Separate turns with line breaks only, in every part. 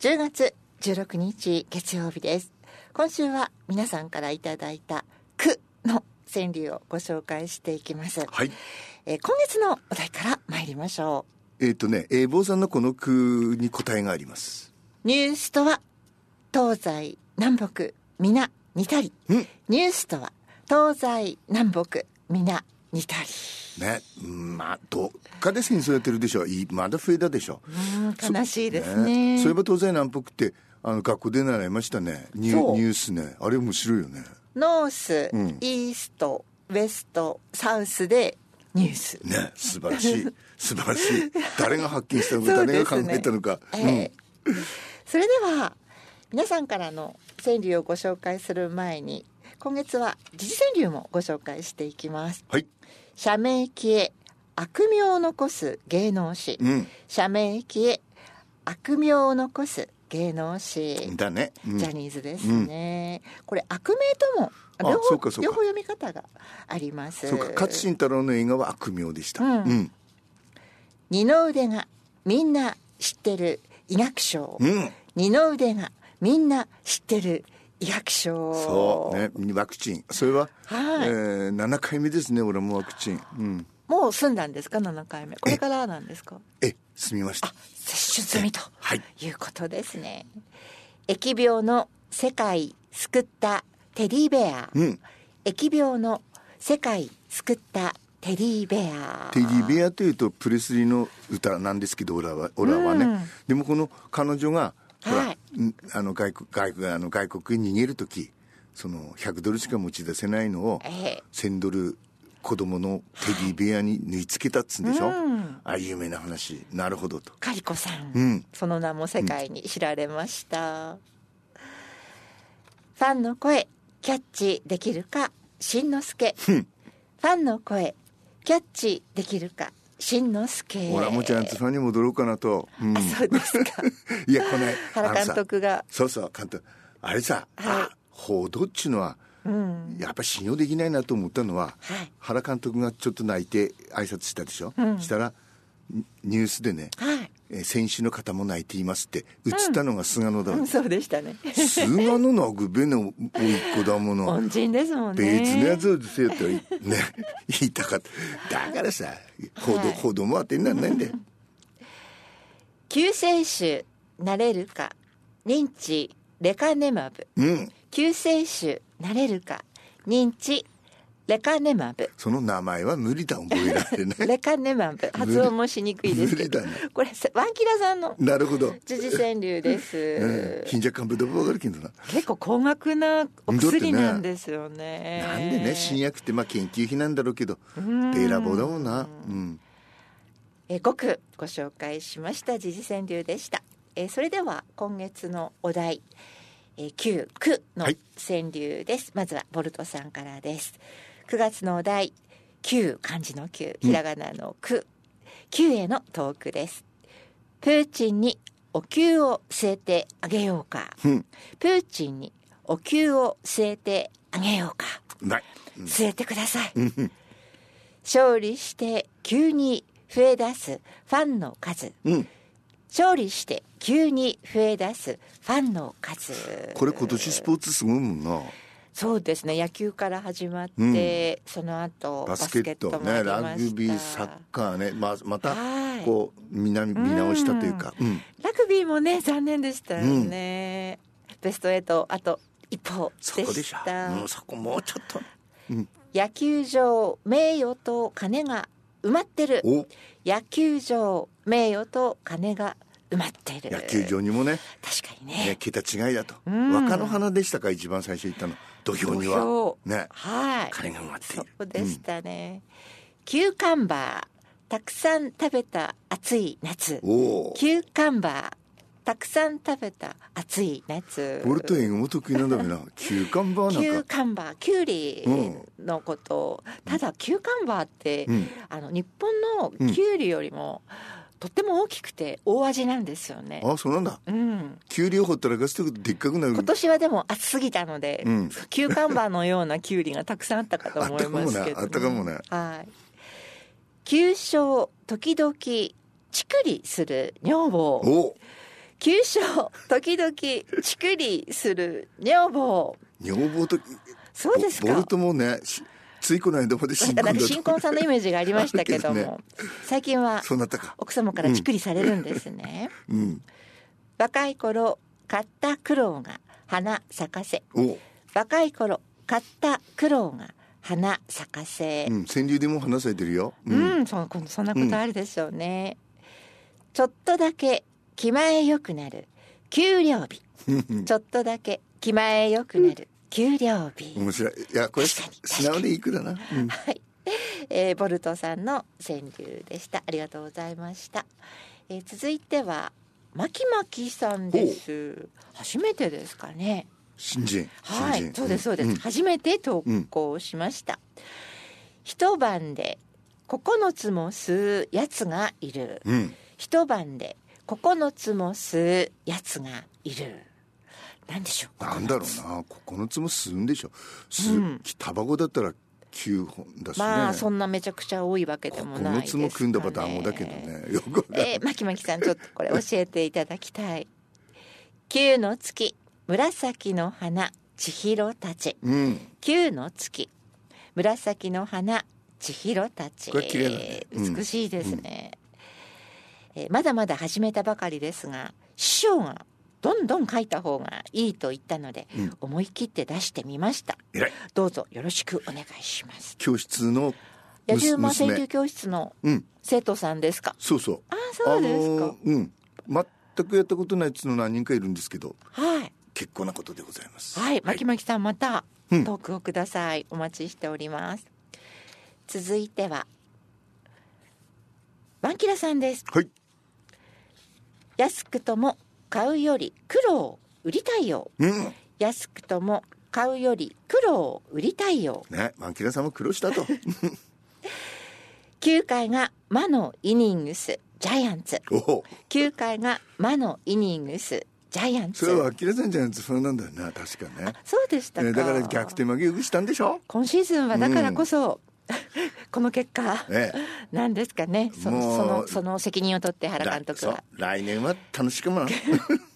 10月16日月曜日です。今週は皆さんからいただいた句の川柳をご紹介していきます。
はい。
えー今月のお題から参りましょ
えっ、とね、えー、坊さんのこの句に答えがあります。
う。ニュースとは東西南北皆似たり。
うん。
ニュースとは東西南北皆似たり。
ね、うんまあ、どっかで戦争やってるでしょ。いまだ増えたでしょ。
うん悲しいです
ね
ね。
そういえば東西南北って、あの、学校で習いましたね。ニュ
そう
ニュースね。あれ面白いよね。
ノース、
うん
イースト、ウェスト、サウスでニュース。
ね、素晴らし い。素晴らしい。誰が発見したのか、
そう
誰
で
が
す
考
ね
えたのか。
ええそれでは皆さんからの川柳をご紹介する前に今月は時事川柳もご紹介していきます
はい。
社名消え悪名を残す芸能史
うん。
社名消え悪名を残す芸能史
だね。うん
ジャニーズですね、これ悪名とも
あ
両
そ
方
うかそうか
両方読み方があります
そうか。勝新太郎の映画は悪名でした。
うん
うん。
二の腕がみんな知ってる医学賞
うん
二の腕がみんな知ってる医学賞
そうね、ワクチン、それは、
はい
えー、7回目ですね、俺もワクチン、うん、
もう済んだんですか7回目これからなんですか
え、済みました、
接種済みと
はい
いうことですね、疫病の世界救ったテディベア、
うん、
疫病の世界救ったテディベア
テディベアというと、プレスリーの歌なんですけど、俺は俺はね、
うん
でもこの彼女が、ほら、
はい
んあの外国外国あの外国に逃げるとき、その100ドルしか持ち出せないのを、
ええ
1000ドル、子供のテディベアに縫い付けたっつうんでしょ、
うん
あ有名な話、なるほどと。
カリコさん、
うん
その名も世界に知られました、ファンの声キャッチできるかしんのすけファンの声キャッチできるかしんのすけ
俺はもうちゃんとファンに戻ろうかなと、うん
あそうです か
いやこの間
原
あの
監
さ
督が
そうそう監督あれさ、
はい
あ報道っちゅうのは、
うん
やっぱ信用できないなと思ったのは、
はい
原監督がちょっと泣いて挨拶したでしょ、
うん
したらニニュースでね、
はい、
えー選手の方も泣いていますって映ったのが菅野だ、
うん、そうでしたね
菅野のグベの甥っ子だも の
恩人ですもんね
別のやつをですよとね 言いたかっただからさ報道,、
はい
報道も当てにならないんだよ
救世主なれるか認知レカネマブ
うん
救世主なれるか認知レカネマブ
その名前は無理だ覚えら れない
レカネマブ発音もしにくいですけど
無理だ
これさワンキラさんの
なるほど
時事川柳です、
うん貧弱幹部でも分かるけどな、
結構高額なお薬なんですよね
なんでね新薬ってまあ研究費なんだろうけど
ん
低ラボだもんなうん
えー、5句ご紹介しました時事川柳でした、えーそれでは今月のお題、えー、9句の
はい
川柳です、まずはボルトさんからです9月のお題9漢字の9ひらがなの9、九9へのトークですプーチンにお灸を据えてあげようか
うん
プーチンにお灸を据えてあげようか
うまいうん
据えてください勝利して急に増え出すファンの数
うん
勝利して急に増え出すファンの数
これ今年スポーツすごいもんな
そうですね野球から始まって、
う
その後
バスケット
バスケ
ね
ットもあ
ラ
りました
グビーサッカーねまあまた
はい
こう見な見直したというかうん
ラグビーもね残念でしたよね、ベスト8あと一歩
そ
で
こで
し
しょ
た
うんそこもうちょっと
野球場名誉と金が埋まってる
お
野球場名誉と金が埋まってる
野球場にもね
確かに
ね
ね
桁違いだと
うん
若の花でしたか一番最初行ったの土俵には
土俵
ね
はい
金が埋まってい
そ
る
うでしたね、キューカンバーたくさん食べた暑い夏
うんおお
キューカンバーたくさん食べた暑い夏
ボルト英語も得意なんだけどな休館バー
キ
な
ュー
んか
カンバーキュウリのことを、ただキューカンバーって、
うん
あの日本のキュウリよりも、とっても大きくて大味なんですよね。
あそうなんだ
うん、
給料ほったらかすとでっかくなる
今年はでも暑すぎたので、
うん
キューカンバーのようなキュウリがたくさんあったかと思いますけど、
あったかもねあっ
はい。急所時々チクリする女房。
お
急所時々ちくりする女房
女房と
そうですか
ボボルトもねしついこの間まで新
な
婚
んか
だ
新婚
と
さんのイメージがありましたけ ども、
あるけど
最近は
そうなったか
奥様からちくりされるんです ね、
うん
若い頃買った苦労が花咲かせ
お
若い頃買った苦労が花咲かせ
う、ん川柳でも話されてるよう
うんん、そん、そんなことあるでしょうね、ちょっとだけ気前よくなる給料日ちょっとだけ気前よくなる給料日、
面白いいや これ
確かに確かに
素直でいい句だな、うん
はい、えーボルトさんの川柳でしたありがとうございました、えー続いてはまきまきさんです初めてですかね
新人
は
新
い
人
そうですそうです、
ん
初めて投稿しました、一晩で9つも吸うやつがいる
うんうん
一晩で9つも吸うやつがいるなんでしょう
なんだろうな9つも吸うんでしょ吸う、タバコだったら9本だしね、
まあそんなめちゃくちゃ多いわけでもない
9
です
つ
か、ね、
も組んだば団子だけどねよくわかんない、
えー、まきまきさんちょっとこれ教えていただきたい「九の月紫の花千尋たち」
うん
「九の月紫の花千尋たち」
これ綺麗だねうん
美しいですね、えーまだまだ始めたばかりですが師匠がどんどん書いた方がいいと言ったので、
うん
思い切って出してみました
偉い
どうぞよろしくお願いします
教室の
野獣馬
娘
選挙教室の
うん
生徒さんですか
そうそう
ああそうですか、
あのーうん全くやったことないっつうの何人かいるんですけど
はい
結構なことでございます
はい、まきまきさんまたト
うん
ークをください。お待ちしております。続いては、ワンキラさんです。
はい
安くとも買うより苦労を売りたいよ。
うん
安くとも買うより苦労を売りたいよ。
ねマンキラさんも苦労したと
9回が魔のイニングス、ジャイアンツ。
おお
9回が魔のイニングス、ジャイアンツ。
それはマンキラさんじゃなくてそれなんだよな確かね
そうでしたか。
ねだから逆転負けよくしたんでしょ
今シーズンはだからこそ、 この結果。
ええ
なんですかねその
もう
そのその責任を取って原監督
そう
は
来年は楽しくもな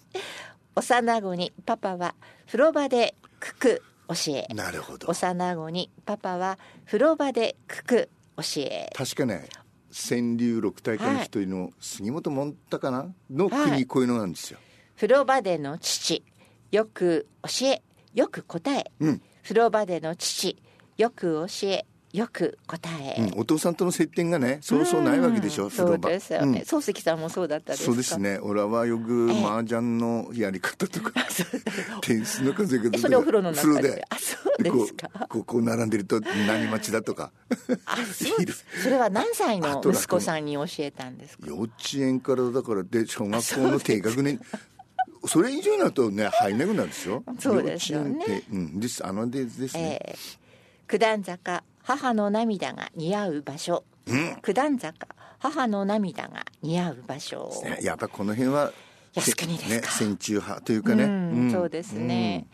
幼子にパパは風呂場でくく教え
なるほど
幼子にパパは風呂場でくく教え
確かね川柳六大会の一人の杉本もんたかなの
はい
国こういうのなんですよ、
風呂場での父よく教えよく答え、
うん
風呂場での父よく教えよく答え、
うんお父さんとの接点がねそうそうないわけでしょ、
うん
風
そ
呂
う
場
ですよ
うん
ね、漱石さんもそうだったですか
そうですね俺はよく麻雀のやり方とか、 点数の数え方と
え
か
それお風呂の
風
中
呂
で
で
あそうですか
こうこうこう並んでると何待ちだとか
あそうですそれは何歳の息子さんに教えたんですか
幼稚園からだからで小学校の低 学年それ以上になるとね入んなくなるでしょ
そうですよね
幼稚園ってうんですあのでですね、
えー九段坂母の涙が似合う場所、九段坂母の涙が似合う場所
ねやっぱこの辺は
靖国ですか
ね、戦中派というかね、
うん
ん
そうですね、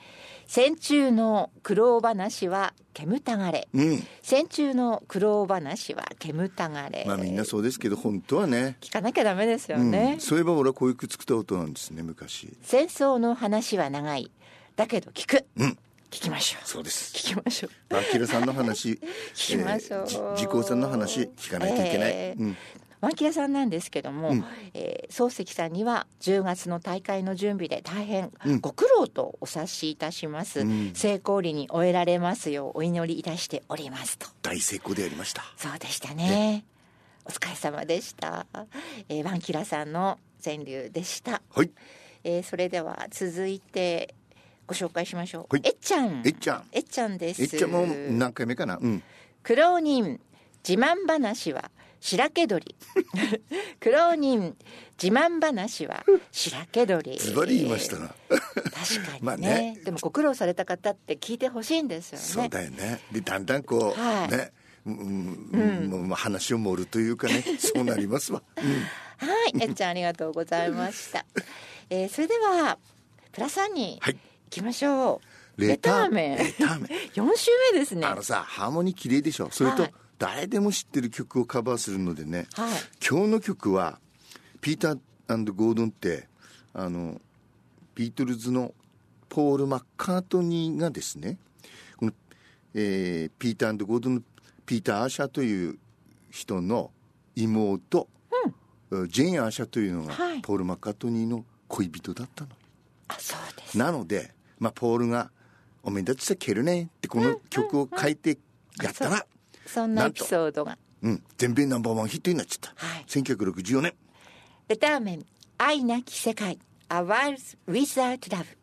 戦中の苦労話は煙たがれ
うん、
戦中の苦労話は煙たがれ、
まあみんなそうですけど本当はね
聞かなきゃダメですよ
うん
ね、
そういえば俺はこういう句作ったことなんですね昔
戦争の話は長いだけど聞く、
うん
聞きましょう
そうです
聞きましょう
バッキラさん の話
聞きましょう
えーじ時効さんの話聞かないといけない、
えー
うん
マンキラさんなんですけども、
うん
えー漱石さんには10月の大会の準備で大変
うん
ご苦労とお察しいたします、
うん
成功裏に終えられますようお祈りいたしておりますと
大成功でやりました
そうでしたねお疲れ様でした、えー、マンキラさんの川柳でした、
はい
えーそれでは続いてご紹介しましょう、
はい
えっちゃん
えっちゃん
えっちゃんです
えっちゃんも何回目かなうん
苦労人自慢話は白け鳥 苦労人自慢話は白け鳥
ズバリ言いましたな、
確かにね,、
まあね
でもご苦労された方って聞いてほしいんですよね
そうだよねでだんだんこう、
はい
ねうんうんもうもう話を盛るというかねそうなりますわ、うん
はいえっちゃんありがとうございま した、えーそれではプラさんに
はい
行きましょう、 レターメン
レターメン
4週目ですね
あのさハーモニー綺麗でしょそれと、
はい
誰でも知ってる曲をカバーするのでね、
はい
今日の曲はピーターゴードンってあのビートルズのポール・マッカートニーがですねこの、えーピーターゴードンのピーター・アーシャーという人の妹、ジェーン・アーシャーというのが
はい
ポール・マッカートニーの恋人だったのよ、
あそうです
なので、まあ、ポールが「おめでとうして蹴るね」ってこの曲を変えてやったら、
そんなエピソードが
うん、全米ナンバーワンヒットになっちゃった、
はい
1964年
ベターメン愛なき世界 A World Without Love